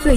最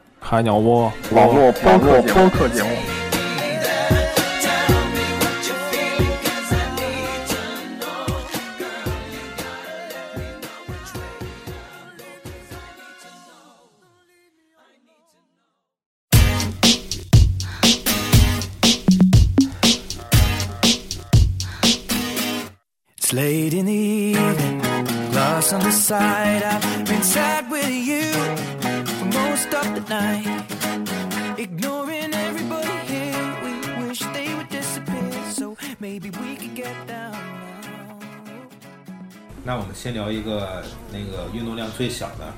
海鸟窝，网络播客播客节目。 It's late in the evening, lost on the side. I've been sad with you for most of the night. Ignoring everybody here, we wish they would disappear. So maybe we could get down. now. 那我们先聊一个那个运动量最小的，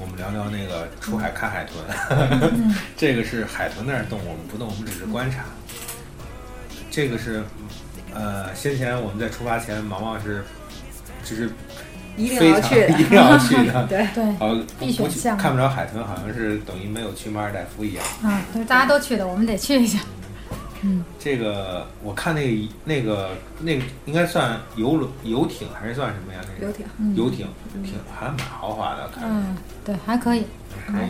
我们聊聊那个出海看海豚。 这个是海豚在那儿动，我们不动，我们只是观察。这个是，呃，先前我们在出发前，毛毛是就是一定非要常去。一定要去的对，对，好，必选不去项目看不着海豚，好像是等于没有去马尔代夫一样。啊，都是大家都去的，我们得去一下。这个我看那个那个那个应该算游轮游艇还是算什么呀？那个游艇游艇挺还蛮豪华的，看着嗯，对，还可以，还还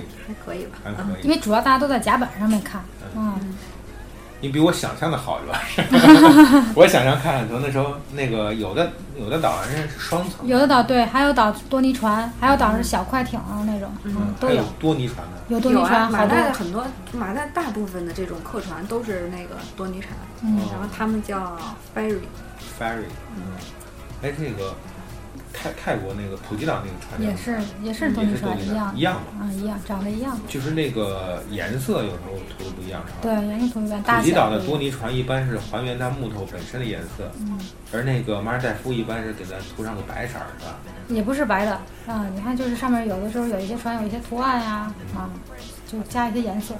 可以吧？还可以因。为主要大家都在甲板上面看。嗯啊，你比我想象的好， 主要是。我想象看海豚的时候，那个有的有的岛好像是双层，有的岛对，还有岛多尼船，还有岛是小快艇啊那种，嗯，都还有有。多尼船的。有多尼有啊，船，马好多代的很多，马代大部分的这种客船都是那个多尼产，嗯然后他们叫 ferry， ferry，嗯，哎，那个泰泰国那个普吉岛那个船也叫什么是也是多也尼是多船尼一样船一样嘛，啊一样，长得一样。就是那个颜色有时候涂的不一样，是吧？对，颜色不一样，大普吉小不岛的一多样。尼船一般是还原它木头本身的颜色，嗯而那个马尔代夫一般是给它涂上个白色儿，是吧？也不是白的啊，你看就是上面有的时候有一些船有一些图案呀啊，就加一些颜色。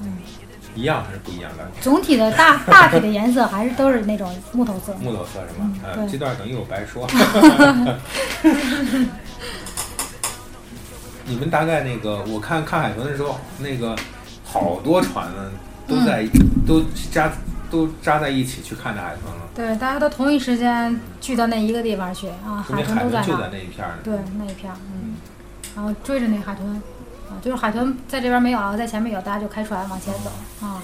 嗯嗯一样还是不一样的？总体的大大体的颜色还是都是那种木头色。木头色是吗？呃，嗯对这段等于我白 说。你们大概那个，我看看海豚的时候，那个好多船呢都嗯在、都扎都扎在一起去看这海豚了，对，大家都同一时间聚到那一个地方去啊，说海明豚海都豚在就那在儿。那一片儿呢。对，那一片儿，嗯，然后追着那海豚，啊，就是海豚在这边没有啊，在前面有，大家就开船往前走啊，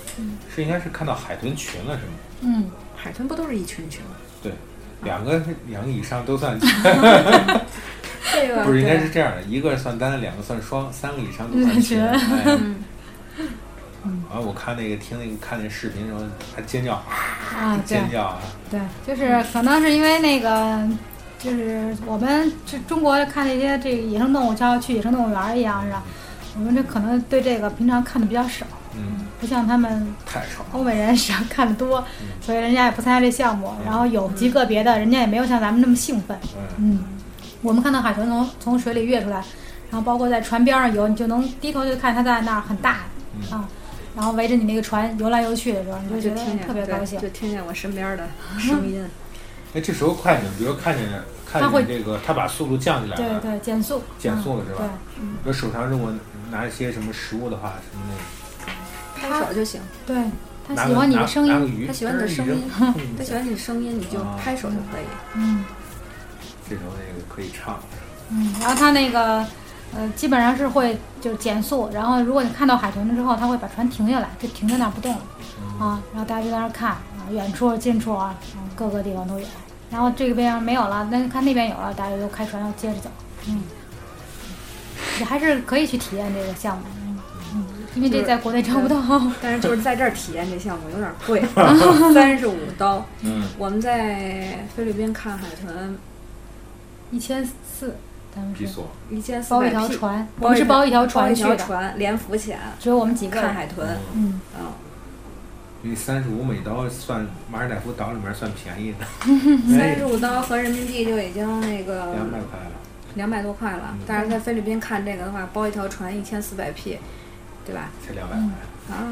是应该是看到海豚群了是吗？嗯，海豚不都是一群一群吗？对，两个两个以上都 算，这个不是应该对是这样的，一个算单，两个算双，三个以上都算群。嗯哎然后我看那个听那个看那视频的时候，他尖叫啊，对尖叫啊！对，就是可能是因为那个。就是我们这中国看那些这个野生动物，就要去野生动物园儿一样，是吧？我们这可能对这个平常看的比较少，嗯，不像他们太爽了。欧美人是看的多，嗯所以人家也不参加这项目。然后有极个别的，人家也没有像咱们那么兴奋。嗯，我们看到海豚从从水里跃出来，然后包括在船边上游，你就能低头就看它在那儿很大嗯啊，然后围着你那个船游来游去的时候，你就就觉得听见特别对高兴。就听见我身边的声 音，哎，这时候快艇，比如看见看它会见这个，它把速度降下来对了，对，减速，减速嗯了是吧？比如手上如果拿一些什么食物的话，什么那拍手就行，对对，它拿喜个欢你拿的声拿个音，鱼，它喜欢你的声音嘚儿一扔嗯它喜欢你的声音，你就啊拍手就可以。嗯这时候那个可以唱，嗯，然后它那个。呃，基本上是会就是减速，然后如果你看到海豚了之后，它会把船停下来，就停在那儿不动了。嗯啊，然后大家就在那儿看啊，远处、近处啊，嗯各个地方都有。然后这边没有了，那就看那边有了，大家就开船要接着走。嗯，也还是可以去体验这个项目，嗯，嗯因为这在国内招不到。但是就是在这儿体验这项目有点 贵，三十五刀。嗯，我们在菲律宾看海豚， 一千四，咱们比是索，一千四包百一条 P，船，包我们是一条包一条包船一去条的，船，连浮潜只有我们几个看人。海豚，嗯，嗯，因为三十五美刀算马尔代夫岛里面算便宜的，三十五刀合人民币就已经那个哎两百块了。两百多块了嗯。但是在菲律宾看这个的话，包一条船一千四百 P，对吧？才两百块，啊，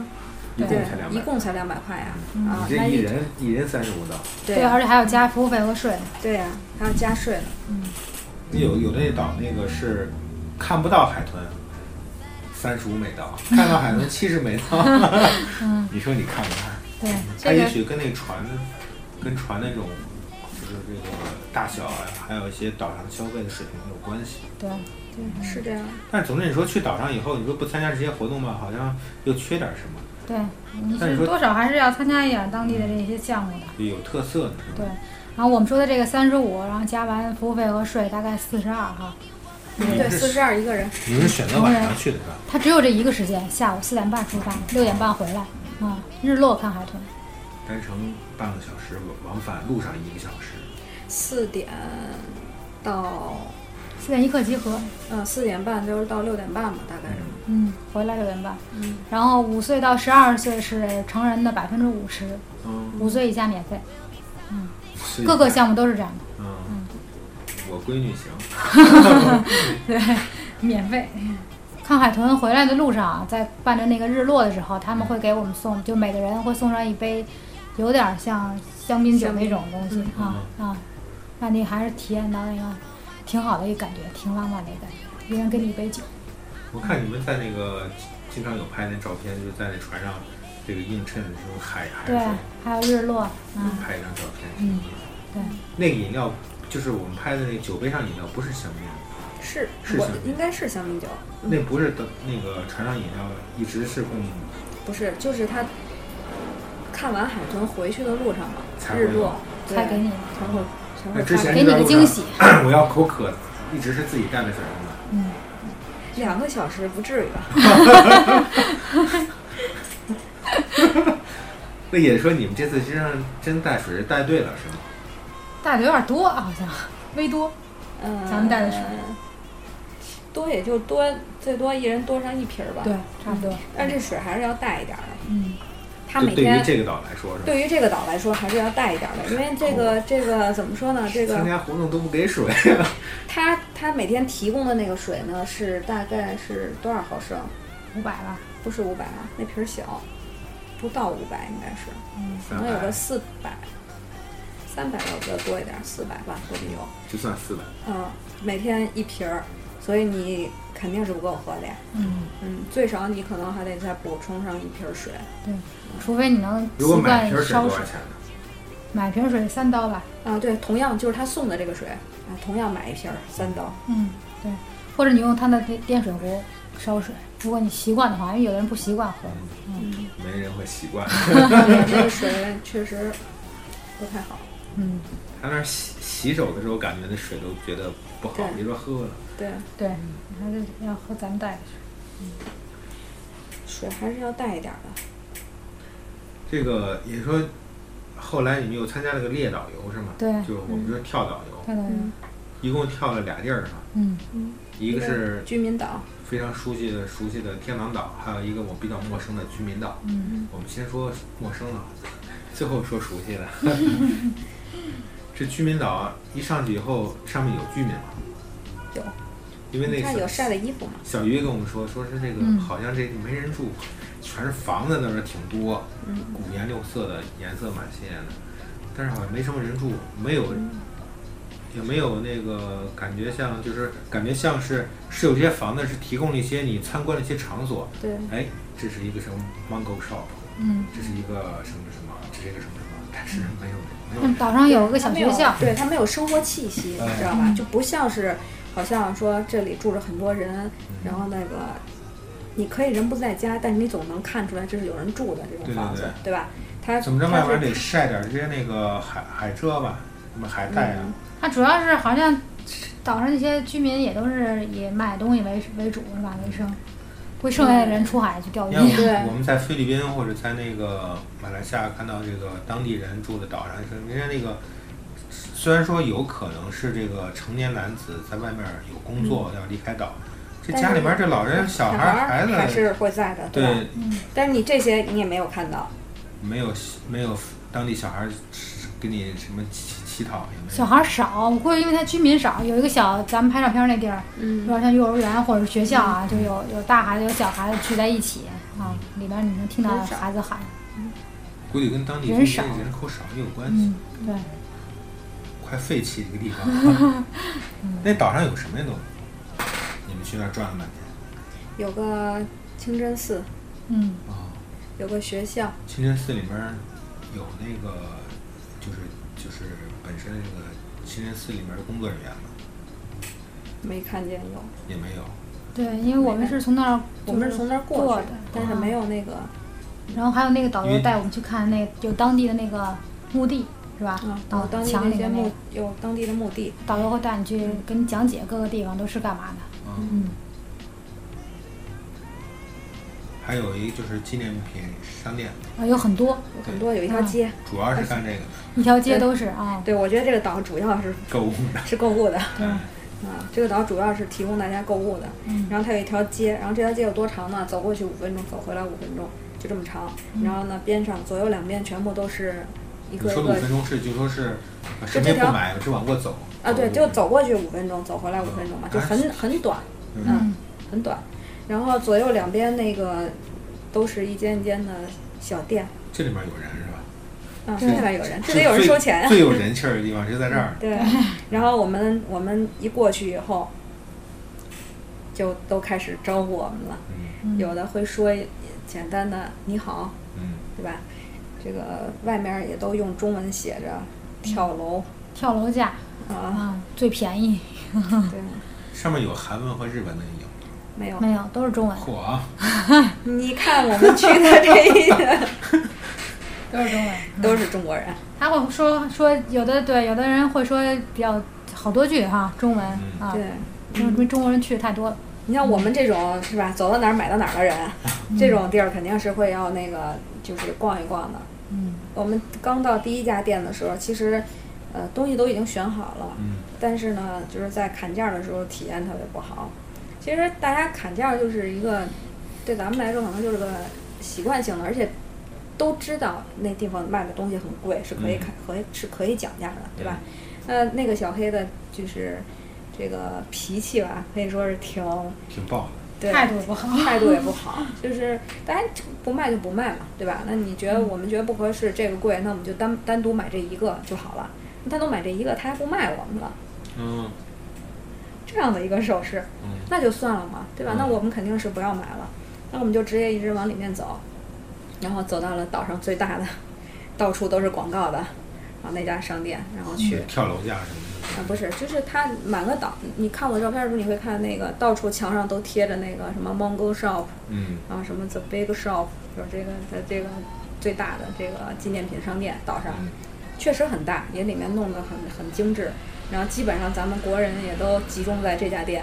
一共才两一百，嗯共才两百块呀、啊，你那这一人一人三十五刀，对对，啊呀、而且还要加服务费和税。对呀、还要加税了。有有的那岛那个是看不到海豚，三十五美刀，看到海豚七十美 刀，你说你看不看？对，它这也个许跟那船，跟船那种就是这个大小啊，还有一些岛上消费的水平有关系。对，对，是这样。但总之你说去岛上以后，你说不参加这些活动吧，好像又缺点什么，对，你但是是说多少还是要参加一点当地的这些项目的。也有特色的是吧？对，然后我们说的这个三十五，然后加完服务费和税，大概四十二哈。嗯对，四十二一个人，你们是选择晚上去的是吧？它只有这一个时间，下午四点半出发，六点半回来，啊、日落看海豚。单程半个小时，往返路上一个小时。四点到四点一刻集合，呃四点半，就是到六点半吧，大概是。嗯，回来六点半。嗯，然后五岁到十二岁是成人的百分之五十，嗯，五岁以下免费，是各个项目都是这样的，嗯，我闺女行，对，免费。看海豚回来的路上啊，在伴着那个日落的时候，他们会给我们送，就每个人会送上一杯，有点像香槟酒那种东西啊啊，那你还是体验到那个挺好的一个感觉，挺浪漫的一个感觉，一人给你一杯酒。我看你们在那个经常有拍那照片，就是在那船上这个映衬这种海海对水，还有日落，嗯，拍一张照片，嗯对，那个饮料就是我们拍的那个酒杯上饮料，不是香槟，是，是我香槟应该是香槟酒，那不是的那个船上饮料一直是供不是，就是他看完海豚回去的路上嘛才，日会落对才给你，才会才会那之发前给你个惊喜。我要口渴，一直是自己带在手上的。两个小时不至于吧？那也说你们这次身上真带水是带对了是吗？带的有点多，好像微多。嗯， 咱们带的水多也就多最多一人多上一瓶儿吧。对，，嗯差不多。但这水还是要带一点儿的。嗯，他就每对于天这个岛来说是吧？对于这个岛来说还是要带一点儿的，因为这个这个怎么说呢？这参个加活动都不给水， 他他每天提供的那个水呢是大概是多少毫升？五百吧。不是五百啊，那瓶儿小，不到五百应该是，可能有个四百，三百要比较多一点儿，四百吧估计有。就算四百。嗯，每天一瓶儿，所以你肯定是不够喝的呀。嗯，嗯，最少你可能还得再补充上一瓶儿水。除非你能习如果买惯瓶水烧多水少，钱呢？买瓶水三刀吧。啊，对，同样就是他送的这个水啊，同样买一瓶儿三 刀。嗯，对。或者你用他的电电水壶烧水，如果你习惯的话，因为有的人不习惯喝。没人会习 惯。对嗯这个水确实不太好。嗯，他那儿洗洗手的时候，感觉那水都觉得不好，对别说喝了。对，对，还是要喝咱们带的水水。还是要带一点儿的。这个也说，后来你们又参加了个列岛游是吗？对就是我们说跳岛游，嗯看到没有？一共跳了俩地儿是吧？嗯，一个是居民岛，非常熟悉的熟悉的天堂岛，还有一个我比较陌生的居民岛。嗯，我们先说陌生的， 最后说熟 悉的。这居民岛一上去以后，上面有居民吗？有，因为那你看小有晒的衣服嘛？小鱼跟我们说，说是这个嗯好像这没人住，全是房子那边挺多，嗯五颜六色的，颜色蛮鲜艳的，但是好像没什么人住，没有，嗯也没有那个感觉像，就是感觉像是是有些房子是提供了一些你参观的一些场所，对，哎，这是一个什么 mango shop，嗯，这是一个什么什么，这是一个什么什么，但是没有人，没有嗯人，岛上有一个小它没学有校，对，它没有生活气息，你知道嗯吧？就不像是好像说这里住着很多人，然后那个你可以人不在家，但是你总能看出来这是有人住的这对对种房子，对对吧？它怎么着它外是边得晒点这些那个海海蜇吧，什么海带啊，它主要是好像岛上那些居民也都是以卖东西为为主是吧？为生，会剩下的人出海去钓鱼因。为我对们我们在菲律宾或者在那个马来西亚看到这个当地人住的岛上，就是人家那个虽然说有可能是这个成年男子在外面有工作、要离开岛，这但家里是边这老人、小小孩、孩孩儿子还是会在的，对吧？但是你这些你也没有看到，没有没有当地小孩儿给你什么乞乞讨也没有小。孩少，我估计因为他居民少，有一个小咱们拍嗯照片那地儿，有点像幼儿园或者是学校啊，就有有大孩子有小孩子聚在一起，啊，里边你能听到孩子喊，估计跟当地人中间少人口少也有关系。嗯，对，快废弃的一个地方。 那岛上有什么呀都？你们去那儿转了半天有个清真寺，嗯，啊？有个学校，清真寺里面有那个，就是就是本身这个清真寺里面的工作人员嘛，没看见有。也没有。对，因为我们是从那儿，嗯我们是从那儿过坐去的的，但是啊没有那个，然后还有那个导因游为带我们去看那有当地的那个墓地，是吧？啊，有啊当，地嗯墙那里些面那墓个，有当地的墓地，导游会带你去给你讲解各个地方都是干嘛的。嗯。嗯，还有一个就是纪念品商店，啊，有很多，有很多有一嗯条街。主要是干这个的一条街都是啊。对，我觉得这个岛主要是购物的。是购物的，嗯啊，这个岛主要是提供大家购物的。嗯然后它有一条街，然后这条街有多长呢？走过去五分钟，走回来五分钟，就这么长。嗯然后呢，边上左右两边全部都是一你个说一的五个分钟是就说是呃什么也不买，只往过走。啊，对，就。走过去五分钟，走回来五分钟嘛，就 很很短，嗯嗯，很短。然后左右两边那个都是一间一间的小店，这里面有人是吧？啊，对这边有人，这得有人最收钱啊。最有人气儿的地方就在这儿。对，然后我们我们一过去以后，就都开始招呼我们了。嗯嗯有的会说简单的“你好嗯。”，对吧？这个外面也都用中文写着“跳楼跳楼价”啊，啊，最便宜对，上面有韩文和日文的也有。没有。没有，都是中文，嚯啊！你看我们去的这一个 都是中文。都是中国人，他会说说有的对，有的人会说比较好多句哈中文嗯啊，对。因为中国人去的太多了。你像我们这种是吧，走到哪儿买到哪儿的人，这种地儿肯定是会要那个就是逛一逛的。嗯，我们刚到第一家店的时候，其实，呃，东西都已经选好了，嗯但是呢，就是在砍价的时候体验特别不好。其实大家砍价就是一个，对咱们来说可能就是个习惯性的，而且都知道那地方卖的东西很贵，是可以砍，可以是可以讲价的，对吧？那那个小黑的就是这个脾气吧，可以说是挺挺爆对 态度也不好。态度也不好，就是大家不卖就不卖嘛，对吧？那你觉得我们觉得不合适，这个贵，那我们就单单独买这一个就好了。单独买这一个，他还不卖我们了，的。嗯这样的一个手势，嗯那就算了嘛，对吧？嗯那我们肯定是不要买了，那我们就直接一直往里面走，然后走到了岛上最大的，到处都是广告的，然后那家商店，然后去。跳楼价什么的。啊，不是，就是它满个岛。你看我照片的时候，你会看那个到处墙上都贴着那个什么 Mongo Shop，嗯然后什么 The Big Shop，就是这个的这个最大的这个纪念品商店，岛上嗯确实很大，也里面弄得很很精致。然后基本上咱们国人也都集中在这家店，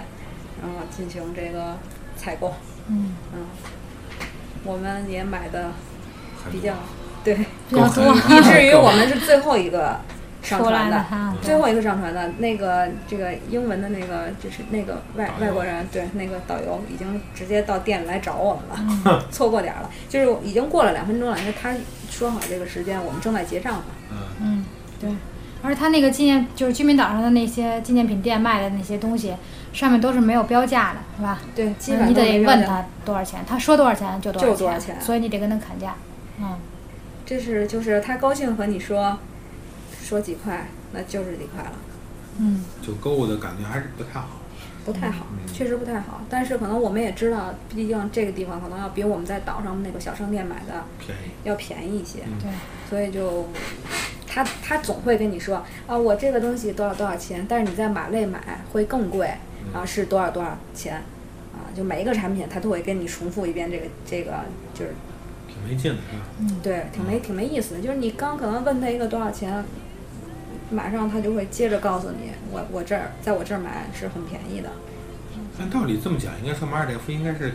然后进行这个采购。嗯，嗯，我们也买的很比多较对， 比较多够 狠以至于我们是最后一个上出来船的 的。哈，对最后一个上传的那个这个英文的那个就是那个外导外游国人对那个导游已经直接到店里来找我们了， 错过点儿了，就是已经过了两分钟了，因为他说好这个时间我们正在结账嘛。嗯嗯，对。而且他那个纪念，就是居民岛上的那些纪念品店卖的那些东西，上面都是没有标价的，是吧？对，基本上你都没得有问人他多少钱，他说多少钱就多就少多少钱所以你得跟他砍价。嗯，这是就是他高兴和你说说几块，那就是几块了，嗯，就购物的感觉还是不太好。不太好，嗯确实不太好。但是可能我们也知道，毕竟这个地方可能要比我们在岛上那个小商店买的便宜。要便宜一些。嗯对，所以就他他总会跟你说啊，我这个东西多少多少钱，但是你在马类买会更贵，啊是多少多少钱，啊就每一个产品他都会跟你重复一遍这个这个就是挺没劲的是吧？对，挺没挺没意思的，就是你刚可能问他一个多少钱。马上他就会接着告诉你，我我这儿在我这儿买是很便宜的，按道理这么讲，应该说马尔代夫应该是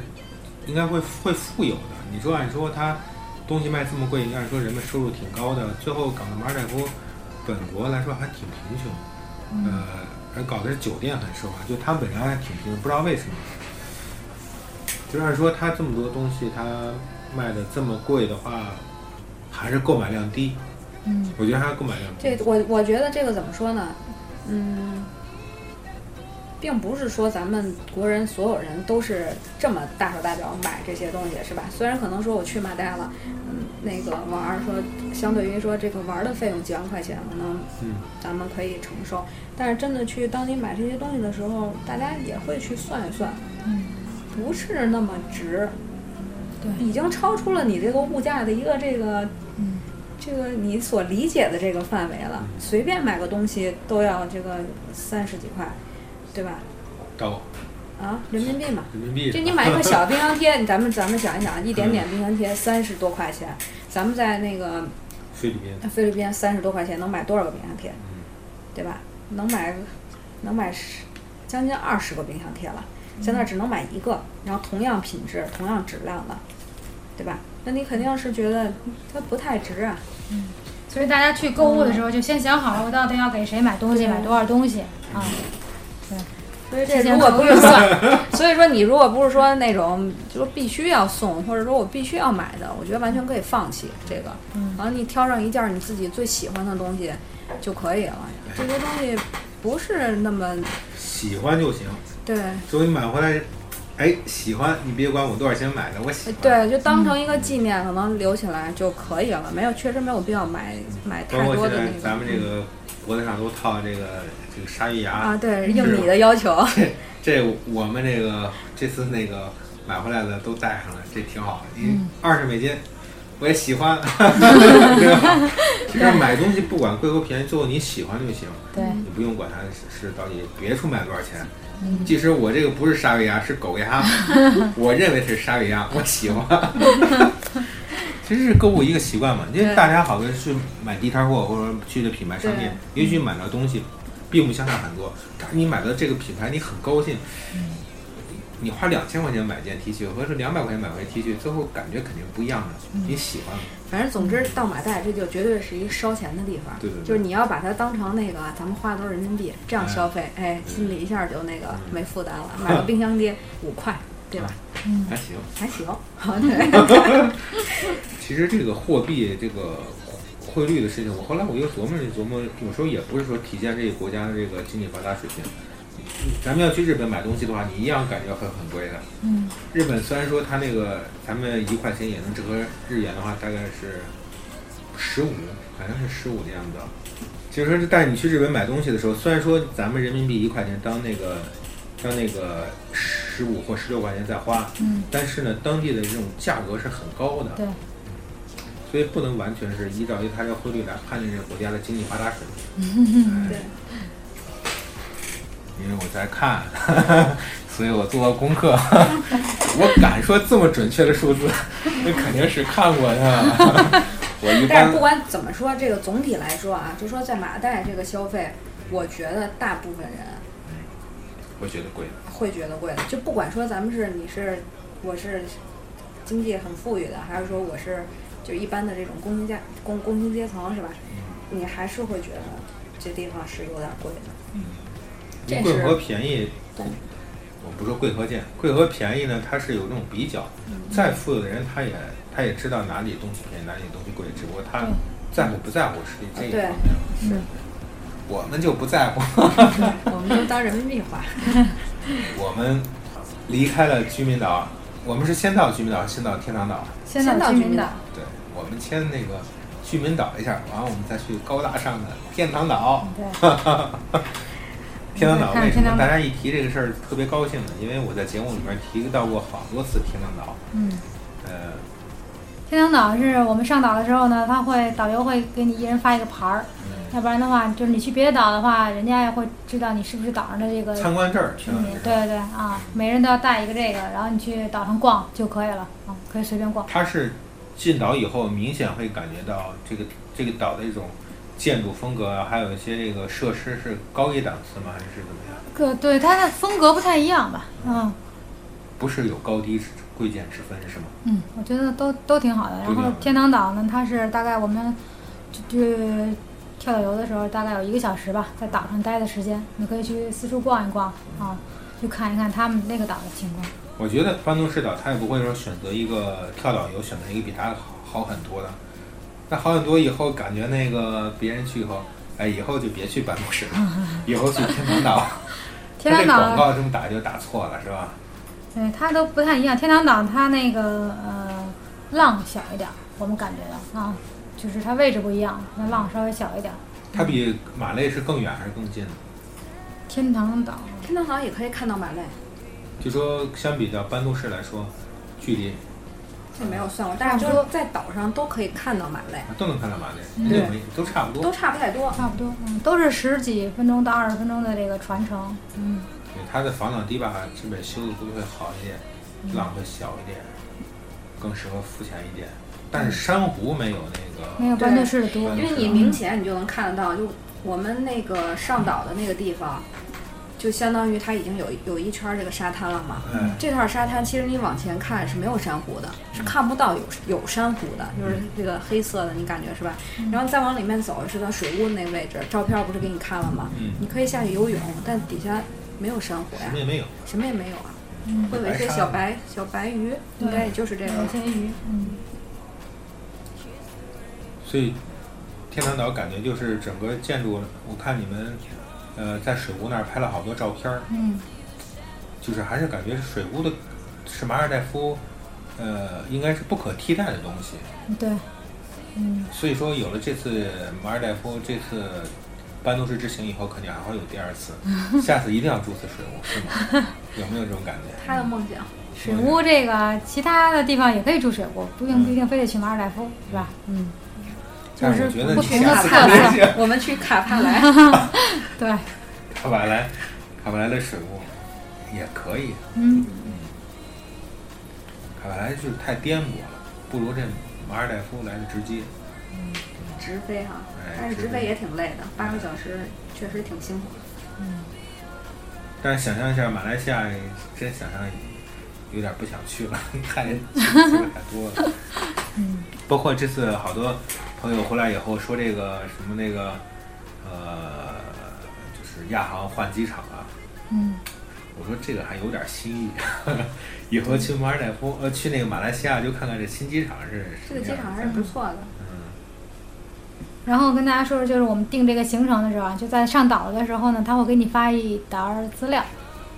应该会会富有的。你说按说它东西卖这么贵，按说人们收入挺高的，最后搞得马尔代夫本国来说还挺贫穷，嗯呃，而搞的是酒店很受啊，就他们本来还挺贫，不知道为什么。就是按说它这么多东西，它卖的这么贵的话，还是购买量低。嗯，我觉得还是购买量低。这我我觉得这个怎么说呢？嗯，并不是说咱们国人所有人都是这么大手大脚买这些东西，是吧？虽然可能说我去马代了，嗯，那个玩儿说，相对于说这个玩儿的费用几万块钱，可能嗯咱们可以承受，但是真的去当你买这些东西的时候，大家也会去算一算，嗯，不是那么值，对已经超出了你这个物价的一个这个嗯这个你所理解的这个范围了，随便买个东西都要这个三十几块，对吧？到啊，人民币嘛。人民币啊就你买一个小冰箱贴，咱们咱们想一想，一点点冰箱贴三十多块钱，咱们在那个菲律宾，菲律宾三十多块钱能买多少个冰箱贴，嗯，对吧？能买能买十将近二十个冰箱贴了，在那儿只能买一个，然后同样品质、同样质量的，对吧？那你肯定是觉得它不太值啊。所以大家去购物的时候，就先想好了，我到底要给谁买东西，买多少东西啊？所以这提前如果投不入是 说，所以说你如果不是说那种就必须要送，或者说我必须要买的，我觉得完全可以放弃这个。嗯然后你挑上一件你自己最喜欢的东西就可以了。这些东西不是那么喜欢就行。对，所以买回来，哎，喜欢你别管我多少钱买的，我喜欢。对，就当成一个纪念，可能留起来就可以了。没有，确实没有必要买买包太括多现的在那咱个们这个脖子上都套这个这个鲨鱼牙，啊。对，应你的要求，这这我们这个这次那个买回来的都戴上了，这挺好的。因为二十美金，我也喜欢。对吧其实买东西不管贵和便宜，最后你喜欢就行，对，你不用管它是是到底别处买多少钱。即使我这个不是鲨鱼牙，是狗牙，我认为是鲨鱼牙，我喜欢。其实是购物一个习惯嘛，因为对大家好多人去买地摊货，或者去的品牌商店，也许买到东西并不相差很多，但是你买到这个品牌，你很高兴。你花两千块钱买件 T 恤，和是两百块钱买回 T 恤，最后感觉肯定不一样的。你喜欢吗？反正总之到马代这就绝对是一个烧钱的地方。对对对就是你要把它当成那个咱们花多少人民币这样消费，哎，心里一下就那嗯个没负担了。 买个冰箱贴五块，对吧？还行。还 行，好对。其实这个货币这个汇率的事情，我后来我又琢磨了琢磨，有时候也不是说体现这个国家的这个经济发达水平。咱们要去日本买东西的话，你一样感觉很很贵的。嗯，日本虽然说它那个咱们一块钱也能折合日元的话，大概是十五，好像是十五的样子。啊就是说，带你去日本买东西的时候，虽然说咱们人民币一块钱当那个当那个十五或十六块钱在花，嗯，但是呢，当地的这种价格是很高的，对，所以不能完全是依照它这个汇率来判定这个国家的经济发达水平。对 哎因为我在看， 所以我做了功课。 我敢说这么准确的数字，那肯定是看过的。 我 一但般是不管怎么说，这个总体来说啊，就说在马代这个消费，我觉得大部分人我觉得贵。会觉得贵的。就不管说咱们是你是我是经济很富裕的，还是说我是就一般的这种工薪阶工工薪阶层是吧？嗯你还是会觉得这地方是有点贵的。这是贵和便宜对，我不说贵和贱，贵和便宜呢，它是有这种比较。嗯再富有的人，他也他也知道哪里东西便宜，哪里东西贵，只不过他对在乎不在乎是这一对方面。是，我们就不在乎。 我们就当人民币花。我们离开了居民岛，我们是先到居民岛，先到天堂岛。先先到到居居民民岛岛，对，我们先那个居民岛一下，完了我们再去高大上的天堂岛。对，天堂岛看为什天么堂岛大家一提这个事儿特别高兴呢？因为我在节目里面提到过好多次天堂岛。嗯。呃，天堂岛是我们上岛的时候呢，他会导游会给你一人发一个牌儿，要不然的话，就是你去别的岛的话，人家也会知道你是不是岛上的这个参观证儿，居天堂岛民。嗯对对啊，每人都要带一个这个，然后你去岛上逛就可以了啊，可以随便逛。它是进岛以后，明显会感觉到这个这个岛的一种建筑风格啊，还有一些这个设施是高一档次吗？还是怎么样？个对它的风格不太一样吧？嗯不是有高低之贵贱之分是吗？嗯，我觉得都都挺好的。然都挺好后的天堂岛呢，它是大概我们就去跳岛游的时候，大概有一个小时吧，在岛上待的时间，你可以去四处逛一逛啊，去看一看他们那个岛的情况。我觉得搬动市岛，他也不会说选择一个跳岛游，选择一个比他好好很多的。那好很多以后，感觉 那个别人去以后，哎，以后就别去搬动市了，以后去天堂岛。天堂这广岛，告这么打就打错了是吧？对它都不太一样。天堂岛它那个呃浪小一点儿，我们感觉到啊，就是它位置不一样，那浪稍微小一点儿。它比马累是更远还是更近？天堂岛，天堂好像也可以看到马累，就说相比较班杜市来说，距离这没有算过，但是就是在岛上都可以看到马累，啊都能看到马累，嗯那我们都差不多都。差不太多。差不多，嗯，都是十几分钟到二十分钟的这个船程，嗯，对，它的防浪堤坝这边修的都会好一点，嗯浪会小一点，更适合浮潜一点。但是珊瑚没有那个，没有班队式的多，对因为你明显你就能看得到，就我们那个上岛的那个地方，就相当于它已经有有一圈儿这个沙滩了嘛。嗯哎，这段沙滩其实你往前看是没有珊瑚的，是看不到有有珊瑚的，就是嗯这个黑色的，你感觉是吧？然后再往里面走是到水屋那个位置，照片不是给你看了吗？嗯你可以下去游泳，但底下没有珊瑚什呀么，也没有。什么也没有啊嗯。会有一些小白小白鱼，对应该也就是这个有了一。些鱼，嗯，所以天堂岛感觉就是整个建筑，我看你们呃在水屋那儿拍了好多照片儿，嗯，就是还是感觉是水屋的是马尔代夫，呃，应该是不可替代的东西。对，嗯，所以说有了这次马尔代夫这次班杜士之行以后，肯定还会有第二次，下次一定要住次水屋，是吗？有没有这种感觉？他的梦想，水屋这个其他的地方也可以住水屋，不用嗯不一定非得去马尔代夫，是吧？嗯，但是我觉得就你是不同的下特次卡色肯定莱，我们去卡帕莱， 对，卡瓦莱，卡瓦莱的水屋也可以，啊嗯，卡瓦莱就是太颠簸了，不如这马尔代夫来的直接。直飞哈哎，但是直直飞飞也挺累的，八个小时确实挺辛苦的。但是想象一下，马来西亚真想象有点不想去了， 太去的太多了。包括这次好多朋友回来以后说这个什么那个呃，就是亚航换机场啊，嗯，我说这个还有点新意，以后去马尔代夫呃去那个马来西亚就看看这新机场是什这么个样机场还是不错的。然后跟大家说说，就是我们定这个行程的时候啊，就在上岛的时候呢，他会给你发一沓儿资料，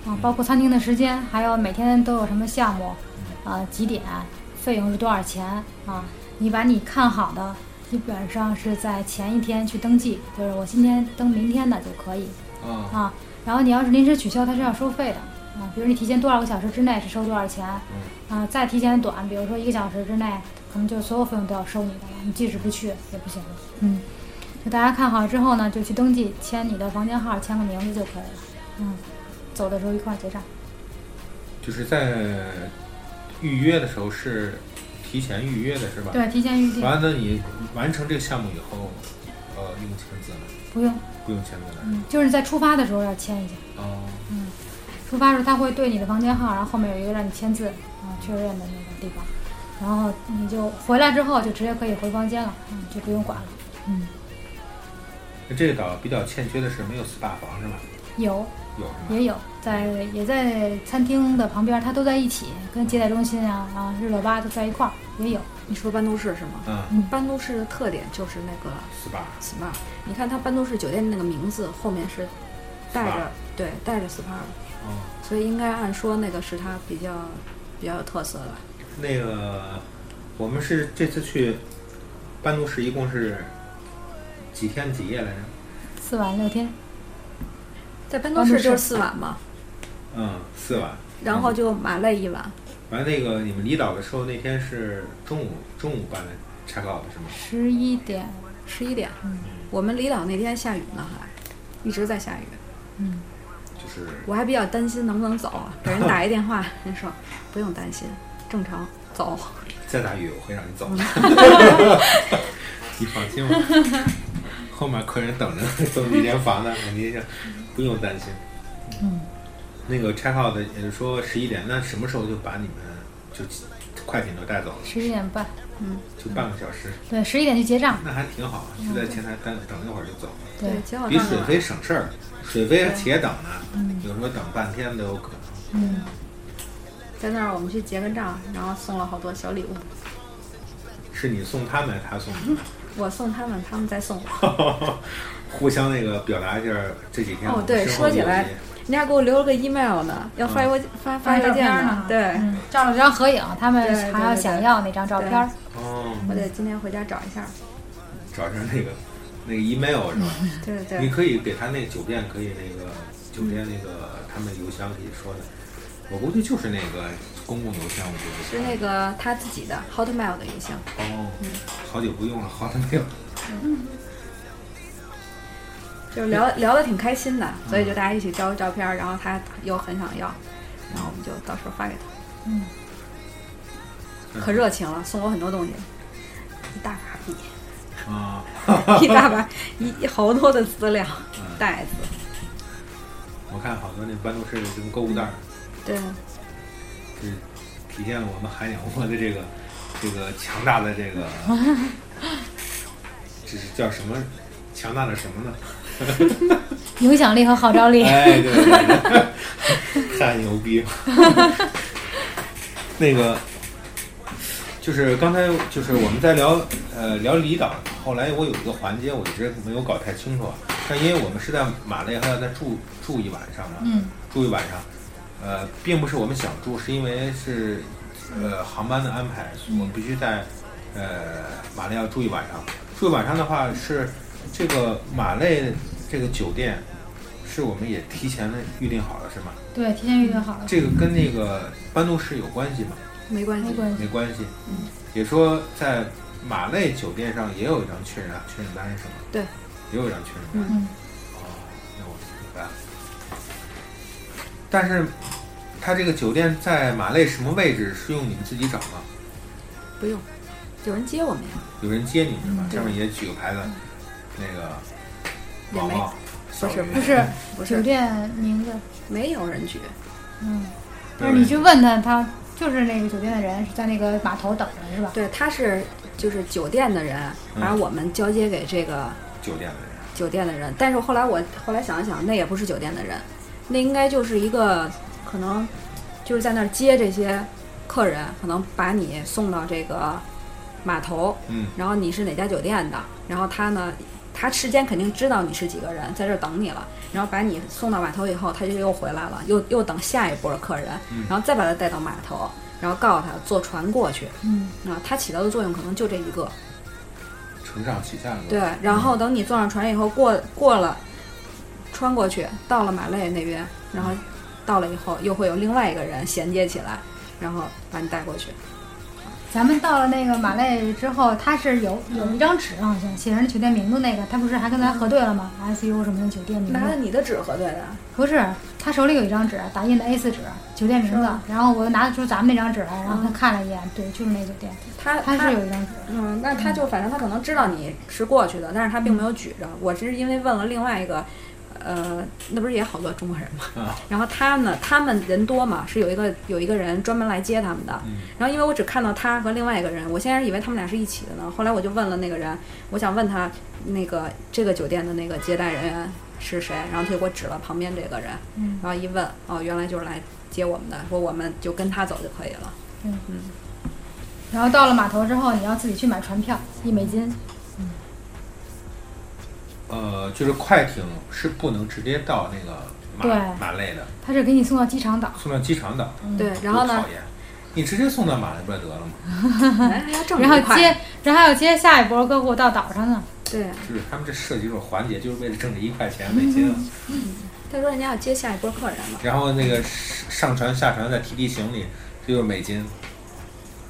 啊，包括餐厅的时间，还有每天都有什么项目，啊，几点，费用是多少钱啊？你把你看好的，基本上是在前一天去登记，就是我今天登明天的就可以啊、啊。然后你要是临时取消，它是要收费的啊，比如你提前多少个小时之内是收多少钱，啊，再提前短，比如说一个小时之内，可能就所有费用都要收你的了，你即使不去也不行。嗯，就大家看好之后呢，就去登记，签你的房间号，签个名字就可以了。嗯，走的时候一块儿结账。就是在预约的时候是提前预约的是吧？对，提前预定，完了，你完成这个项目以后，呃，用签字吗？不用，不用签字了。嗯，就是在出发的时候要签一下。哦，出发的时候他会对你的房间号，然后后面有一个让你签字啊确认的那个地方，然后你就回来之后就直接可以回房间了，嗯，就不用管了。那这个岛比较欠缺的是没有 SPA 房是吧？有有是吧？也有在也在餐厅的旁边，它都在一起，跟接待中心啊啊日落吧都在一块儿，也有。你说班都市是吗？嗯班都市的特点就是那个，SPA SPA，你看它班都市酒店那个名字后面是带着对带着 SPA 的，哦，所以应该按说那个是它比较比较有特色的吧。那个我们是这次去班杜市一共是几天几夜来着？四晚六天，在班都市就是四晚嘛，嗯，四晚。然嗯后就马累一晚，完了，那个你们离岛的时候那天是中午中午办的 check out 是吗？十一点，十一点。我们离岛那天下雨呢，还一直在下雨，就是我还比较担心能不能走啊，给人打一电话， 人说不用担心，正常走。再打雨我会让你走的，你放心吧。后面客人等着都你间房呢，你这不用担心。嗯，那个 check out 的也是说十一点，那什么时候就把你们就快艇都带走了？十一点半，就半个小时，对，十一点去结账，那还挺好，啊就在前台等等一会儿就走了，对，结果比到水了飞省事儿。水飞且等呢，有时候等半天都有可能。在那儿我们去结个账，然后送了好多小礼物，是你送他们，他送我送他们，他们再送我。 你，互相那个表达一下这几天我哦们，对，生活说的起友来谊，你还给我留了个 email 呢，要发邮发发邮件呢。对，嗯，照了张合影，他们对对还要对想对要那张照对片儿。哦，我得今天回家找一下。找上那个那个 email 是吧？对嗯对你对，可以给他那酒店，可以那个酒店那个他们邮箱可以说的，我估计就是那个公共邮箱，我估计是那个嗯他自己的 Hotmail 的邮箱。哦，好久不用了，好久没有。就聊聊的挺开心的，所以就大家一起交照片儿，然后他又很想要，然后我们就到时候发给他。嗯，可热情了，送我很多东西，一大把笔，啊，一大把一一好多的资料 嗯袋子，我看好多那办公室有这种购物袋儿，对，就是体现了我们韩养窝的这个 这个强大的这个，这是叫什么？强大的什么呢？影响力和号召力。哎，对对对，太牛逼了。 那个就是刚才就是我们在聊呃聊离岛，后来我有一个环节我一直没有搞太清楚，啊，但因为我们是在马累还要再住住一晚上嘛，嗯，住一晚上，呃，并不是我们想住，是因为是呃航班的安排，我们必须在呃马累要住一晚上。住一晚上的话是这个马累这个酒店是我们也提前的预定好了是吗？ 对，提前预约好了。这个跟那个班杜士有关系吗？没关系没，关系没，关系。也说在马累酒店上也有一张确认确认单是吗？对，也有一张确认单。嗯，哦，那我明白了。但是，它这个酒店在马累什么位置是用你们自己找吗？不用，有人接我们呀，有人接你们是吗？嗯对上面也举个牌子，那个也毛没毛，不是不是不酒是店名字，没有人举，嗯，但是你去问他，他就是那个酒店的人是在那个码头等着是吧？对，他是就是酒店的人嗯把我们交接给这个酒店的人酒店的人，但是后来我后来想一想，那也不是酒店的人，那应该就是一个可能就是在那儿接这些客人，可能把你送到这个码头，嗯，然后你是哪家酒店的，然后他呢，他事先肯定知道你是几个人在这儿等你了，然后把你送到码头以后，他就又回来了，又又等下一波客人，然后再把他带到码头，然后告诉他坐船过去，嗯，啊，他起到的作用可能就这一个，承上启下的。对，然后等你坐上船以后，过过了，穿过去，到了马累那边，然后到了以后，又会有另外一个人衔接起来，然后把你带过去。咱们到了那个马累之后，他是有有一张纸好像写着那酒店名字那个，他不是还跟咱核对了吗？ICU 什么的酒店名拿着字你的纸核对的，不是，他手里有一张纸，打印的 A4 纸，酒店名是字吗。嗯然后我又拿出咱们那张纸来，然后他看了一眼，对，就是那酒店，他他是有一张纸。嗯，那他就反正他可能知道你是过去的，但是他并没有举着。我只是因为问了另外一个，呃，那不是也好多中国人嘛。啊然后他呢，他们人多嘛，是有一个有一个人专门来接他们的。嗯然后因为我只看到他和另外一个人，我先是以为他们俩是一起的呢。后来我就问了那个人，我想问他那个这个酒店的那个接待人员是谁，然后他就给我指了旁边这个人，嗯然后一问，哦，原来就是来接我们的，说我们就跟他走就可以了。然后到了码头之后，你要自己去买船票，一美金。呃，就是快艇是不能直接到那个马对马累的，他是给你送到机场岛，送到机场岛。对，嗯然后多呢讨，厌，你直接送到马累不就得了吗？ 哎还要挣然后一块接，然后还要接下一波客户到岛上呢。对。就是他们这设计这种环节，就是为了挣这一块钱美金嗯啊。他说人家要接下一波客人了，然后那个上船下船再提提行李，这就是美金，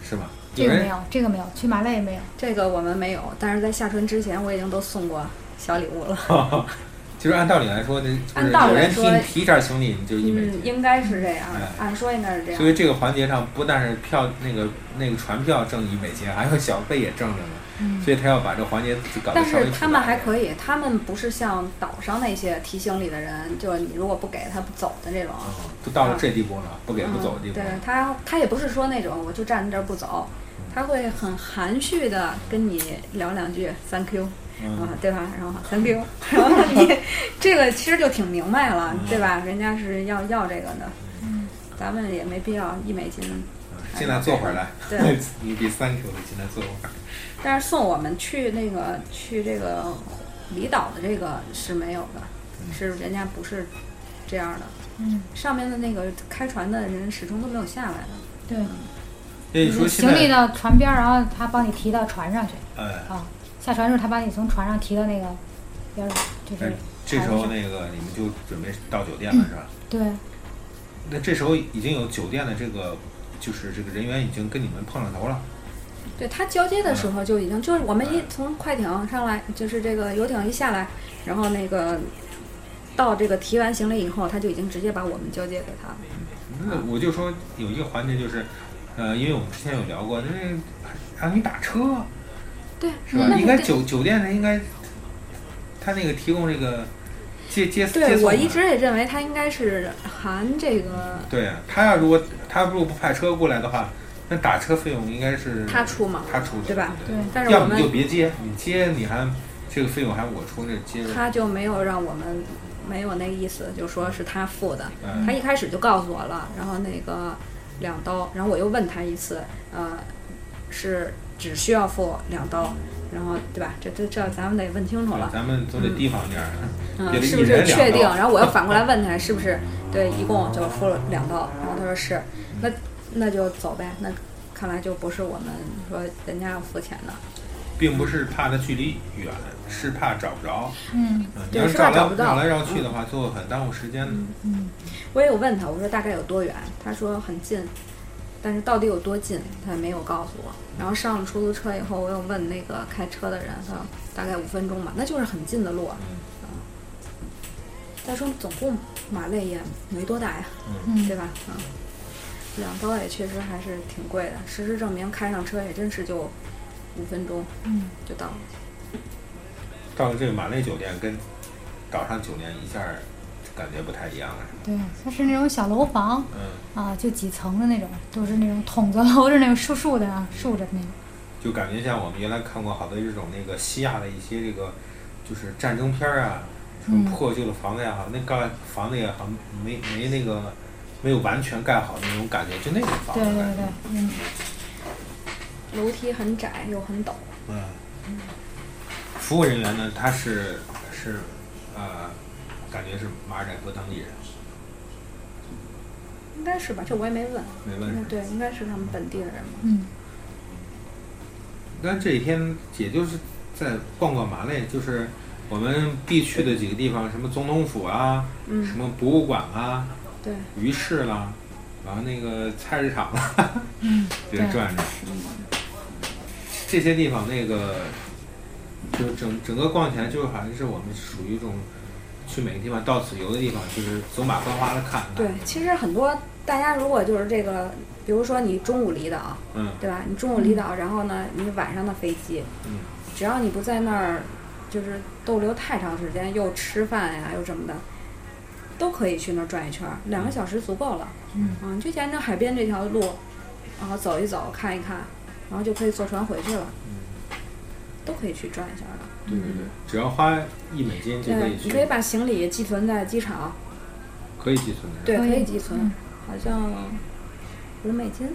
是吗？这个没人有，这个没有，去马累没有。这个我们没有，但是在下船之前我已经都送过小礼物了。 就是按道理来说，那就是按道有理来人说提你提一下行李，你就一美嗯，金。应该是这样哎，按说应该是这所样。以这个环节上，不但是票那个那个船票挣一美金，还有小费也挣着呢。嗯所以他要把这环节搞得但稍微是复杂他们一还点可以，他们不是像岛上那些提行李的人，就是你如果不给他不走的这种。啊，都到了这地步了，不给不走的地嗯、步对了。他，他也不是说那种我就站在这儿不走，他会很含蓄的跟你聊两句 “thank you”，啊嗯，，对吧？然后 thank you，然后你这个其实就挺明白了嗯，对吧？人家是要要这个的，咱们也没必要一美金。进来坐会儿来。 对，你比三 Q 的进来坐会儿。但是送我们去那个去这嗯个离岛的这个是没有的，是人家不是这样的。嗯，上面的那个开船的人始终都没有下来的。对，所以嗯说现嗯行李在，到船边儿，然后他帮你提到船上去。哎，下船的时候，他把你从船上提到那个边儿上，就是哎这时候那个你们就准备到酒店了是吧？对，那这时候已经有酒店的这个，就是这个人员已经跟你们碰上头了，对他交接的时候就已嗯经，就是我们一从快艇上来，就是这个游艇一下来，然后那个到这个提完行李以后，他就已经直接把我们交接给他了。那我就说有一个环节就是，呃，因为我们之前有聊过，就是让你打车对，是吧？那应该对酒酒店的应该，他那个提供这个接接接对送我的一直也认为他应该是含这个对啊他要如果他如果不派车过来的话，那打车费用应该是他出嘛，他出的，对吧？对但是要我么你就们别接，你接你还这个费用还我出，这接着他就没有让我们没有那意思，就说是他付的。嗯他一开始就告诉我了，然后那个两刀，然后我又问他一次，呃，是只需要付两刀，然后对吧？这这这咱们得问清楚对了，咱们总得提防点儿。啊嗯，也得是一不是人两确定？刀然后我又反过来问他是不是对，一共就付了两刀，然后他说是，那那就走呗，那看来就不是我们说人家要付钱的，并不是怕它距离远，是怕找不着。嗯，嗯你对要是怕绕来找不到嗯绕来绕去的话，最后很耽误时间的。我也有问他，我说大概有多远？他说很近，但是到底有多近，他也没有告诉我。然后上了出租车以后，我又问那个开车的人，他说大概五分钟吧，那就是很近的路啊。嗯再说总共马累也没多大呀，嗯对吧？嗯，两刀也确实还是挺贵的。事实证明，开上车也真是就五分钟，嗯，就到了。到了这个马累酒店跟岛上酒店一下儿感觉不太一样了，是吧对，它是那种小楼房嗯，啊，就几层的那种，都是那种筒子楼， 是那种竖竖的啊，竖着的那种。就感觉像我们原来看过好多这种那个西亚的一些这个就是战争片儿啊，什么嗯破旧的房子呀，好那盖房子也好没没那个没有完全盖好的那种感觉，就那种房对子感对觉。对，嗯，楼梯很窄又很陡，嗯，服务人员呢，他是是呃，感觉是马尔代夫当地人，应该是吧？这我也没问。没问嗯，题。对，应该是他们本地人吧。嗯，但这几天也就是在逛逛马累，就是我们必去的几个地方，什么总统府啊，嗯什么博物馆啊，对，鱼市啦，然后那个菜市场啦， 嗯，这对转转。这些地方那个，就整整个逛起来，就好像是我们属于一种去每个地方到此游的地方，就是走马观花的看看。对，其实很多大家如果就是这个，比如说你中午离岛，嗯，对吧？你中午离岛，然后呢，你晚上的飞机，嗯，只要你不在那儿就是逗留太长时间，又吃饭呀，又什么的，都可以去那儿转一圈儿，两个小时足够了。嗯，啊，你就沿着海边这条路，然后走一走，看一看，然后就可以坐船回去了。嗯都可以去转一圈儿的，对对对，只要花一美金就可以你去，可以把行李寄存在机场，可以寄存的。对，可以可以寄存嗯，好像五美金，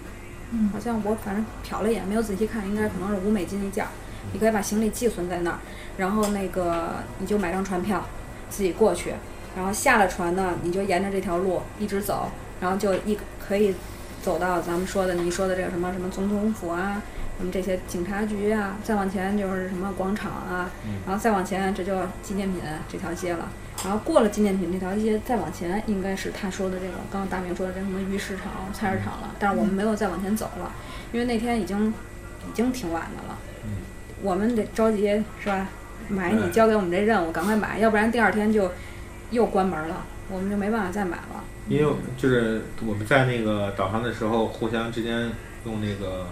嗯好像我反正瞟了一眼，没有仔细看，应该可能是五美金一件儿。你可以把行李寄存在那儿，然后那个你就买张船票，自己过去，然后下了船呢，你就沿着这条路一直走，然后就一可以走到咱们说的你说的这个什么什么总统府啊，什么这些警察局啊，再往前就是什么广场啊，然后再往前这就纪念品这条街了。然后过了纪念品这条街，再往前应该是他说的这个，刚刚大明说的这什么鱼市场、菜市场了。但是我们没有再往前走了，因为那天已经已经挺晚的了。我们得着急是吧？买你嗯交给我们这任务，赶快买，要不然第二天就又关门了，我们就没办法再买了。因为就是我们在那个岛上的时候，互相之间用那个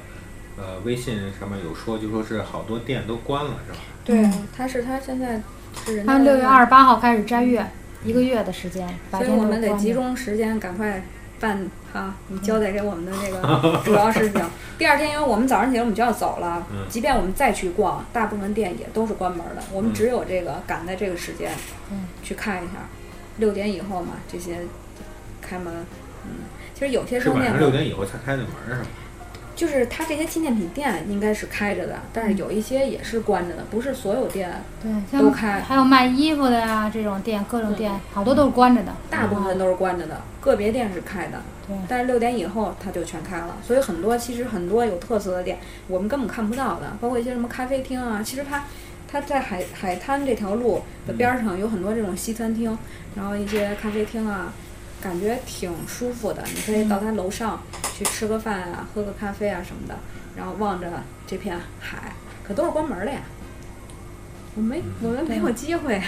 呃微信上面有说，就说是好多店都关了，是吧？对嗯，他是他现在是人家他们六月二十八号开始斋月，一个月的时间，白所以天我都们得关嗯集着。中时间赶快办哈，你交代给我们的这个主要事情。第二天，因为我们早上起来我们就要走了，嗯即便我们再去逛，大部分店也都是关门的，我们只有这个赶在这个时间嗯去看一下，六点以后嘛，这些开门。嗯，其实有些是商晚店上六点以后才开的门，是吧？就是它这些纪念品店应该是开着的，但是有一些也是关着的，不是所有店，对，都像开还有卖衣服的呀，这种店，各种店，好多都是关着的。大部分都是关着的，个别店是开的。对但是六点以后它就全开了，所以很多其实很多有特色的店我们根本看不到的，包括一些什么咖啡厅啊，其实它它在海海滩这条路的边儿上有很多这种西餐厅，然后一些咖啡厅啊，感觉挺舒服的。你可以到它楼上去吃个饭啊，喝个咖啡啊什么的，然后望着这片海，可都是关门儿的呀。我没我们没有机会啊，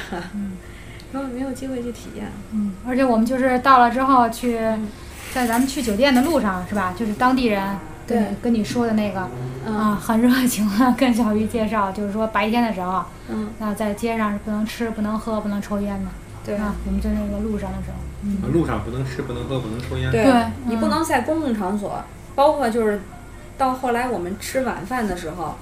根 本没有机会去体验。嗯，而且我们就是到了之后去，嗯在咱们去酒店的路上是吧？就是当地人跟对你跟你说的那个嗯啊，很热情的跟小鱼介绍，就是说白天的时候，啊嗯，那在街上是不能吃、不能喝、不能抽烟的。对啊，我们在那个路上的时候，嗯，路上不能吃，不能喝，不能抽烟。对，对你不嗯能在公共场所，包括就是到后来我们吃晚饭的时候，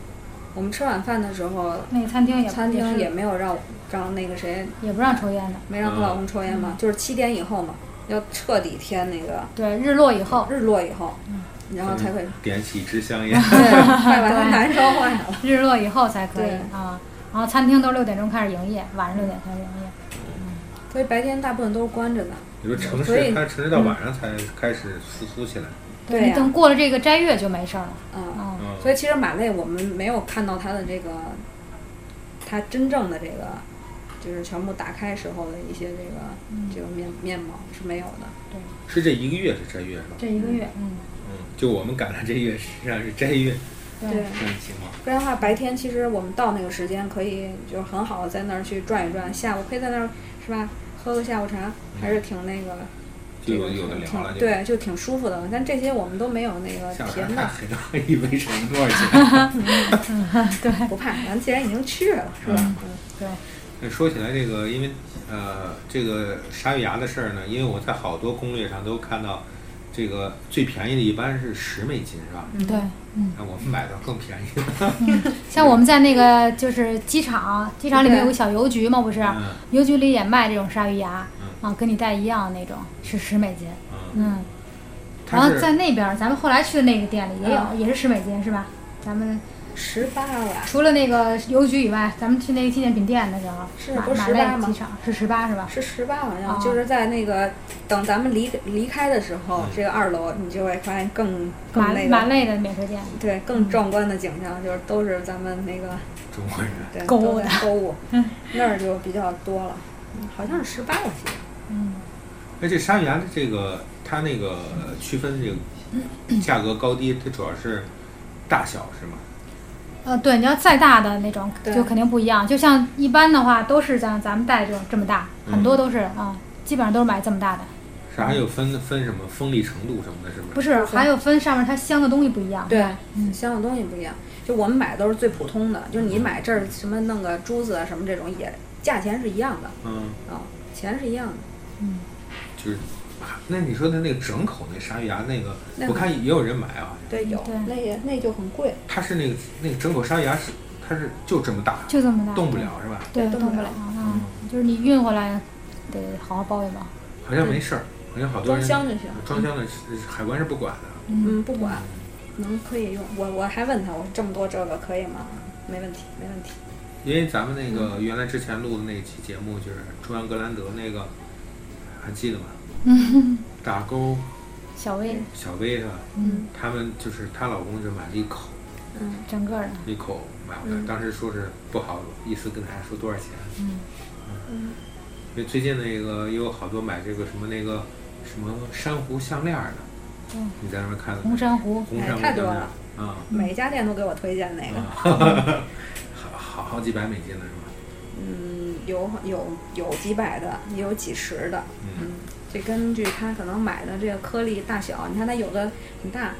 我们吃晚饭的时候，那个餐厅也餐也厅是也没有让让那个谁也不让抽烟的。没让她老公抽嗯烟嘛，就是七点以后嘛，要彻底天那个对，日落以后，日落以后，嗯然后才会 点起一支 香烟，对，快把他难受坏了。日落以后才可以对啊。然后餐厅都六点钟开始营业，晚上六点开始营业。所以白天大部分都是关着的，你说城所以嗯市，它城市到晚上才开始复苏起来。对啊你呀等过了这个斋月就没事儿了。嗯。嗯，嗯，所以其实马累，我们没有看到他的这个，他真正的这个，就是全部打开时候的一些这个、嗯这个面面貌是没有的。是这一个月是斋月是吧？这一个月，嗯，嗯，就我们赶上这一月，实际上是斋月嗯对，这种情况。不然的话，白天其实我们到那个时间可以就是很好的在那儿去转一转，下午可以在那儿是吧，喝个下午茶，还是挺那个，嗯就这有个有的挺聊了，就对，就挺舒服的。但这些我们都没有那个下午体验茶到，海到一围城多 少钱？不怕，咱既然已经去了，是吧？嗯嗯那说起来这个，因为呃，这个鲨鱼牙的事儿呢，因为我在好多攻略上都看到，这个最便宜的一般是十美金，是吧？嗯对。那我们买到更便宜的，像我们在那个就是机场，机场里面对有个小邮局嘛，不啊是？嗯邮局里也卖这种鲨鱼牙，啊，跟你带一样那种，是十美金。嗯，嗯，然它后是在那边儿，咱们后来去的那个店里也有，嗯也是十美金，是吧？咱们十八吧，除了那个邮局以外，咱们去那个纪念品店的时候，是马不是马18累吗机场是十八是吧？是十八好像，哦就是在那个等咱们离离开的时候嗯，这个二楼你就会发现更马更那马个累的免税店，对嗯更壮观的景象，就是都是咱们那个中国人，对购物都在购物，嗯那儿就比较多了，嗯好像是十八我记得，嗯，那哎这鲨鱼牙的这个它那个区分这个价格高低，它主要是大小是吗？呃，对，你要再大的那种对就肯定不一样。就像一般的话，都是像咱们带这种这么大，嗯很多都是啊、基本上都是买这么大的。是还有分分什么锋利程度什么的，是不是？不是，是还有分上面它镶的东西不一样。对嗯，香港东西不一样，就我们买的都是最普通的，就是你买这儿什么弄个珠子啊什么这种也价钱是一样的嗯，啊，钱是一样的，就是，啊那你说它那个整口那鲨鱼牙那个，那个我看也有人买啊，对有嗯对那也那就很贵，它是那个那个整口鲨鱼牙是它是就这么大，就这么大，动不了是吧？对，动动不不了了。嗯，就是你运回来得好好包一包。好像没事儿，好像好多装人箱就行，装箱的是海关是不管的。嗯，不管，能可以用，我我还问他，我说这么多这个可以吗？没问题，没问题。因为咱们那个原来之前录的那期节目就是朱安格兰德那个，还记得吗？打勾小薇小薇是吧？嗯，他们就是她老公就买了一口整个的，一口买回来，当时说是不好意思跟大家说多少钱。嗯嗯因为最近那个也有好多买这个什么那个什么珊瑚项链儿的嗯，你在那边看的红珊瑚，红珊瑚哎项太多链儿了啊，每一家店都给我推荐那个，啊好好好几百美金呢是吧？嗯，有有有几百的，也有几十的，嗯，这根据他可能买的这个颗粒大小，你看它有的很大，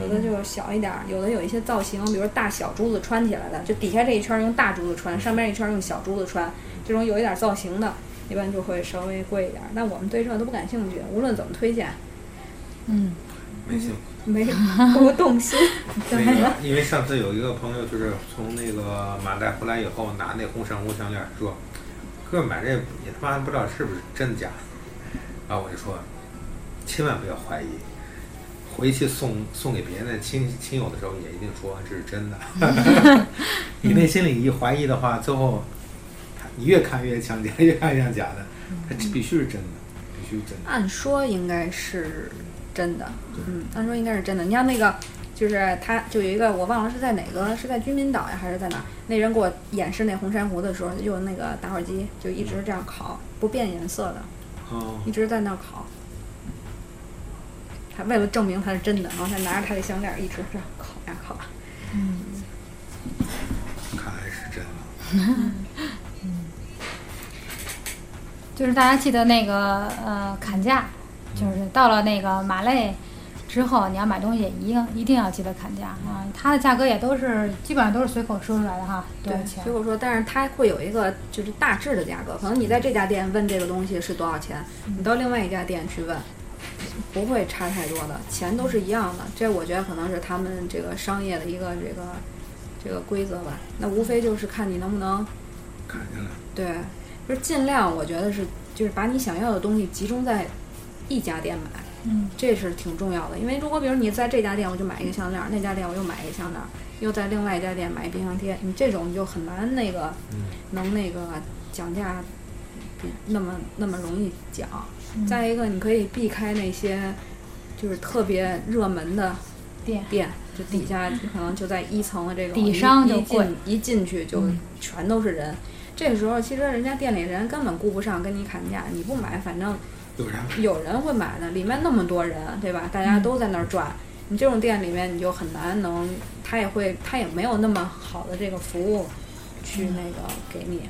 有的就小一点儿，有的有一些造型，比如大小珠子穿起来的，就底下这一圈儿用大珠子穿，上面一圈儿用小珠子穿，这种有一点儿造型的，一般就会稍微贵一点儿。但我们对这都不感兴趣，无论怎么推荐，嗯，没兴趣。没不动心。 那个， 因为上次有一个朋友就是从那个马代回来以后拿那红珊瑚项链儿说，哥买这也他妈不知道是不是真的假的，然后我就说，千万不要怀疑，回去送送给别人的亲亲友的时候，也一定说这是真的。 你内心里一怀疑的话，最后他你越看越像假，越看越像假的，它必须是真的，必须是真的。按说应该是真的，嗯，按说应该是真的。你像那个，就是他就有一个我忘了是在哪个，是在居民岛呀还是在哪儿？那人给我演示那红珊瑚的时候，就用那个打火机就一直这样烤，不变颜色的，哦，一直在那儿烤。他为了证明他是真的，然后他拿着他的项链一直这样烤呀烤。看来是真的。就是大家记得那个呃砍价，就是到了那个马累之后，你要买东西一定一定要记得砍价啊、它的价格也都是基本上都是随口说出来的哈，多少钱所以？我说，但是它会有一个就是大致的价格，可能你在这家店问这个东西是多少钱，嗯你到另外一家店去问，不会差太多的，钱都是一样的。这我觉得可能是他们这个商业的一个这个这个规则吧。那无非就是看你能不能看见了，对，就是尽量我觉得是就是把你想要的东西集中在一家店买。嗯，这是挺重要的，因为如果比如你在这家店我就买一个项链儿，那家店我又买一个项链儿，又在另外一家店买一冰箱贴，你这种你就很难那个，能那个讲价，比那么那么容易讲。嗯再一个，你可以避开那些就是特别热门的店嗯店，就底下可能就在一层的这种底一商就一贵嗯进一进去就全都是人。这个时候，其实人家店里人根本顾不上跟你砍价，你不买，反正有啥？有人会买的，里面那么多人，对吧？大家都在那儿转，你这种店里面你就很难能，他也会，他也没有那么好的这个服务去那个给你。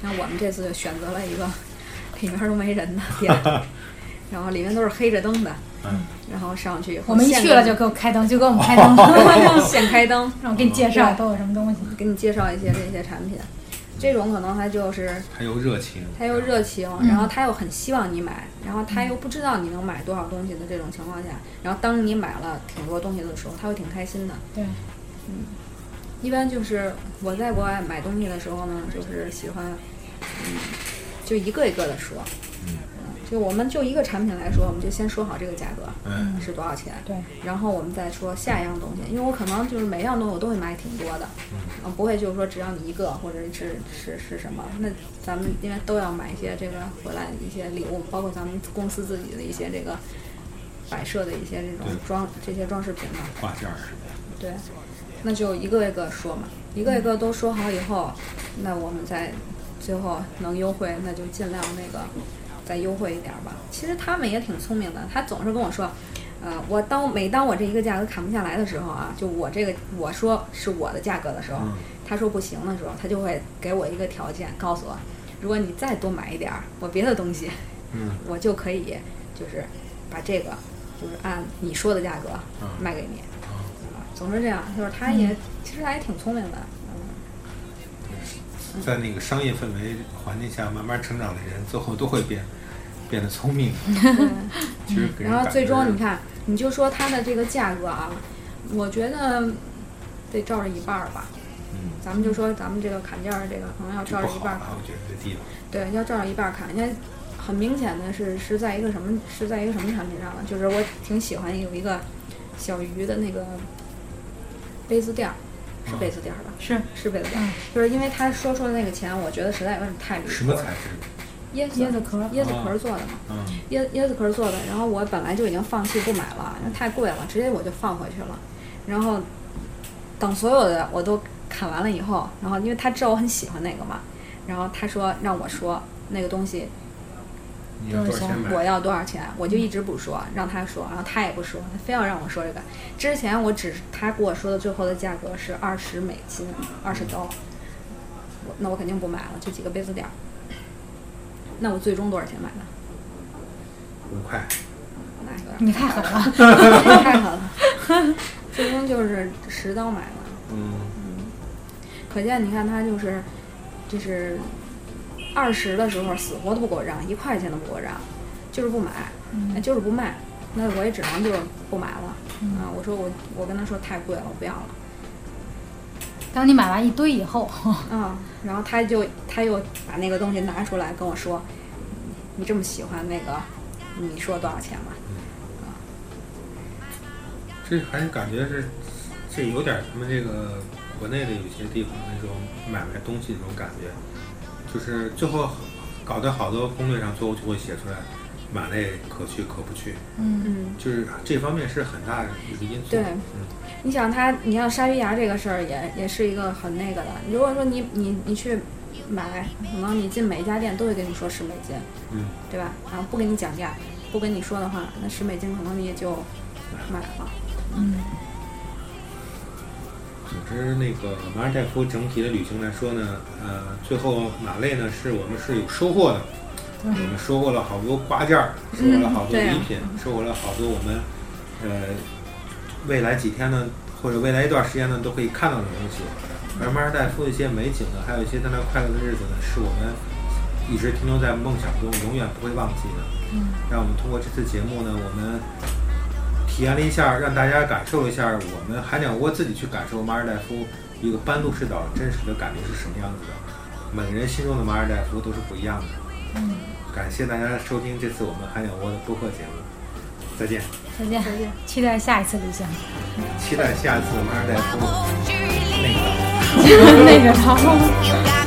那我们这次就选择了一个里面都没人的店，然后里面都是黑着灯的，嗯，然后上去以后我们一现去了给就给我开灯，就给我们开 灯，让你现开灯， 我给你介绍都有什么东西。给你介绍一些这些产品。这种可能它就是还有热情，他又热情，嗯然后他又很希望你买，然后他又不知道你能买多少东西的这种情况下，然后当你买了挺多东西的时候，他会挺开心的。嗯对，一般就是我在国外买东西的时候呢，就是喜欢，嗯，就一个一个的说，嗯，就我们就一个产品来说，我们就先说好这个价格嗯，是多少钱，对，然后我们再说下一样东西，因为我可能就是每样东西我都会买挺多的，嗯，不会就是说只要你一个或者是是是什么，那咱们因为都要买一些这个回来一些礼物，包括咱们公司自己的一些这个摆设的一些这种对装这些装饰品嘛，挂件儿什么的，对，那就一个一个说嘛，一个一个都说好以后，那我们再最后能优惠，那就尽量那个再优惠一点儿吧。其实他们也挺聪明的，他总是跟我说。呃，我当每当我这一个价格砍不下来的时候啊，就我这个我说是我的价格的时候，嗯他说不行的时候，他就会给我一个条件，告诉我，如果你再多买一点儿我别的东西，嗯，我就可以就是把这个就是按你说的价格嗯卖给你。啊总是这样，就是他也、其实他也挺聪明的，嗯，在那个商业氛围环境下慢慢成长的人，最后都会变变得聪明。其实给嗯人然后感最觉终是你看，你就说它的这个价格啊，我觉得得照着一半儿吧。嗯，咱们就说咱们这个砍价儿这个可能要就照不着一好半儿了，我觉得这地方。对，要照着一半儿砍。因为很明显的是是在一个什么是在一个什么产品上的，就是我挺喜欢有一个小鱼的那个杯子垫儿，啊是嗯杯子垫儿吧？是是嗯杯子垫儿，就是因为他说出的那个钱，我觉得实在有点太离谱什么了材质？椰子啊椰子壳儿椰子壳儿做的嘛，嗯，椰椰子壳儿做的。然后我本来就已经放弃不买了，因为太贵了，直接我就放回去了。然后等所有的我都砍完了以后，然后因为他知道我很喜欢那个嘛，然后他说让我说那个东西你要多少钱买？我要多少钱，我就一直不说，让他说，然后他也不说，他非要让我说这个。之前我只他给我说的最后的价格是二十美金，二十刀，我那我肯定不买了，就几个杯子点儿。那我最终多少钱买的？五块。那有点儿你太狠了，太狠了，最终就是十刀买了。嗯，可见你看他就是，就是二十的时候死活都不给我让，一块钱都不给我让，就是不买，嗯哎就是不卖，那我也只能就是不买了。啊，我说我我跟他说太贵了，我不要了。当你买完一堆以后，嗯，然后他就他又把那个东西拿出来跟我说，你这么喜欢那个，你说多少钱吧？啊，这还是感觉是这有点咱们这个国内的有些地方那种买卖东西那种感觉，就是最后搞得好多攻略上最后就会写出来马类可去可不去，嗯嗯，就是这方面是很大的一个因素。对嗯，你想他，你像鲨鱼牙这个事儿也也是一个很那个的。如果说你你你去买，可能你进每一家店都会跟你说十美金，嗯，对吧？然后不跟你讲价，不跟你说的话，那十美金可能你也就买了。嗯，总之，那个马尔代夫整体的旅行来说呢，呃，最后马累呢是我们是有收获的，我们收获了好多挂件儿，收获了好多对啊礼品，收获了好多我们呃未来几天呢，或者未来一段时间呢都可以看到的东西。而马尔代夫的一些美景啊呢，还有一些在那快乐的日子呢，是我们一直停留在梦想中，永远不会忘记的。嗯，让我们通过这次节目呢，我们体验了一下，让大家感受了一下我们海鸟窝自己去感受马尔代夫一个半路式岛真实的感觉是什么样子的。每个人心中的马尔代夫都是不一样的。感谢大家收听这次我们海鸟窝的播客节目，再见，再见，期待下一次 旅行。期待下次马尔代夫那个岛。那个，然后。 You got